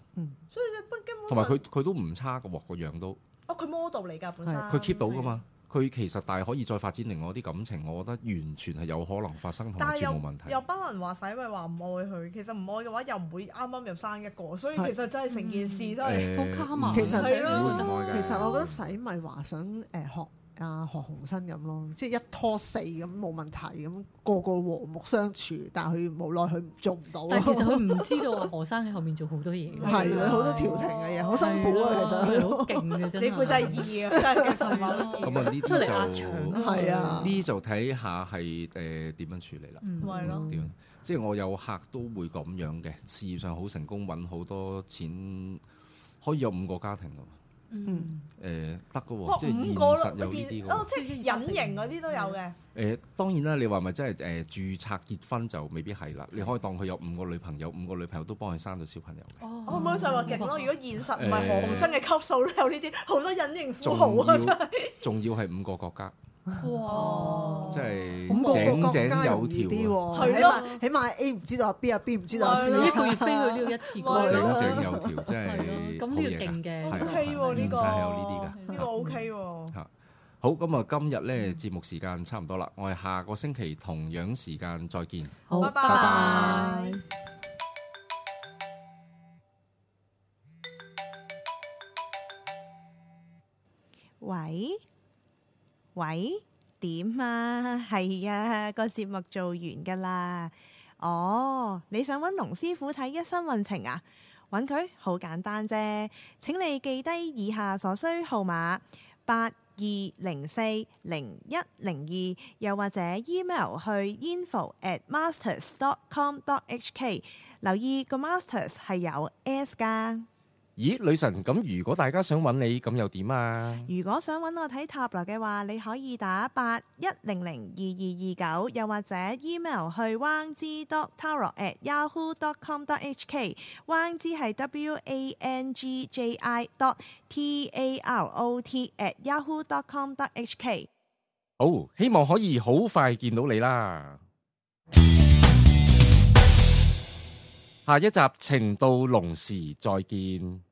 Speaker 3: 所以你不根本
Speaker 1: 同埋
Speaker 3: 上
Speaker 1: 佢佢都唔差嘅喎，個樣都
Speaker 3: 哦，佢 model 嚟㗎本身。
Speaker 1: 佢 keep 到噶嘛。佢其實但係可以再發展另外啲感情，我覺得完全係有可能發生同
Speaker 3: 但
Speaker 1: 埋
Speaker 3: 係
Speaker 1: 全
Speaker 3: 又
Speaker 1: 冇問題。
Speaker 3: 又不能話使咪話唔愛佢，其實唔愛嘅話又唔會啱啱入生一個，所以
Speaker 4: 係
Speaker 3: 其實真係成件事都
Speaker 1: 誒
Speaker 3: 係。
Speaker 2: 放卡嘛，
Speaker 4: 其實
Speaker 2: 係
Speaker 3: 啊係咯
Speaker 2: 咯，
Speaker 4: 其實我覺得洗米華想誒、學阿何鴻燊咁咯，即係一拖四咁冇問題咁，個個和睦相處，但係佢無奈佢做唔到。
Speaker 2: 但係其實佢唔知道啊，何生喺後面做好多嘢嘅，
Speaker 4: 係
Speaker 3: 啊係
Speaker 4: 佢
Speaker 3: 啊
Speaker 4: 好多調停嘅嘢，好辛苦啊，其
Speaker 2: 係咯
Speaker 4: 實佢
Speaker 2: 好勁嘅真係，
Speaker 3: 你估真係易啊，真 係其實唔係好易
Speaker 1: 咁啊呢啲
Speaker 2: 出嚟壓
Speaker 1: 就
Speaker 2: 場
Speaker 4: 係啊
Speaker 3: 嗯
Speaker 1: 呢就睇下係誒點樣處理啦。
Speaker 2: 嗯
Speaker 3: 咪係咯
Speaker 1: 點樣？即係我有客都會咁樣嘅，事業上好成功，揾好多錢，可以有五個家庭噶。
Speaker 2: 嗯
Speaker 1: 誒得噶
Speaker 3: 哇
Speaker 1: 喎，即係
Speaker 3: 五
Speaker 1: 現
Speaker 3: 個咯
Speaker 1: 實，有呢啲
Speaker 3: 見
Speaker 1: 噶
Speaker 3: 哦
Speaker 1: 喎。，
Speaker 3: 即係隱形嗰啲都有嘅。
Speaker 1: 誒當然啦，你話咪真係誒註冊結婚就未必係啦。你可以當佢有五個女朋友，五個女朋友都幫佢生咗小朋友嘅。
Speaker 2: 哦
Speaker 3: 我咪就話勁咯，如果現實唔
Speaker 1: 誒
Speaker 3: 係何鴻燊嘅級數都有呢啲，好多隱形富
Speaker 1: 仲
Speaker 3: 豪啊，
Speaker 1: 要
Speaker 3: 真係。
Speaker 1: 仲要係五個國家，
Speaker 2: 哇！
Speaker 1: 即
Speaker 4: 咁個個
Speaker 1: 係井
Speaker 4: 國
Speaker 1: 井
Speaker 4: 家
Speaker 1: 有
Speaker 4: 容易
Speaker 1: 條
Speaker 4: 啲
Speaker 1: 啊。
Speaker 4: 喎，起
Speaker 3: 係咯
Speaker 4: 碼起碼 A 唔知道阿 B 阿 B 唔知道阿 C，啊
Speaker 3: 係咯
Speaker 2: 一個月飛去呢度一次過，
Speaker 3: 咪
Speaker 1: 井
Speaker 3: 係咯
Speaker 1: 井有條，真
Speaker 2: 係
Speaker 1: 係
Speaker 2: 咯，咁
Speaker 1: 好
Speaker 2: 呢個
Speaker 1: 嘢㗎
Speaker 2: 勁嘅
Speaker 3: OK 喎呢個，
Speaker 1: 現實係有呢
Speaker 2: 啲㗎
Speaker 3: 呢個 OK 喎。
Speaker 1: 好，咁啊，今日呢節目時間差唔多啦，我哋下個星期同樣時間再見。
Speaker 2: 好，
Speaker 3: 拜拜
Speaker 2: 拜拜。
Speaker 5: 喂喂，點啊？ 係啊，個節目做完噶啦。哦，你想揾龍師傅睇一生運程啊？揾佢好簡單啫。請你記低以下所需號碼八二零四零一零二，又或者 email 去 info at masters dot com dot hk。留意個 masters 係有 s 㗎。
Speaker 1: 咦，女神，咁如果大家想揾你，咁又點啊？
Speaker 5: 如果想揾我睇塔羅嘅話，你可以打八一零零二二二九，又或者 email 去 wang z dot tarot at yahoo dot com dot hk。wang z 係 w a n g j i dot t a r o t at yahoo dot com dot hk。
Speaker 1: 好，希望可以好快見到你啦。下一集情到濃時再見。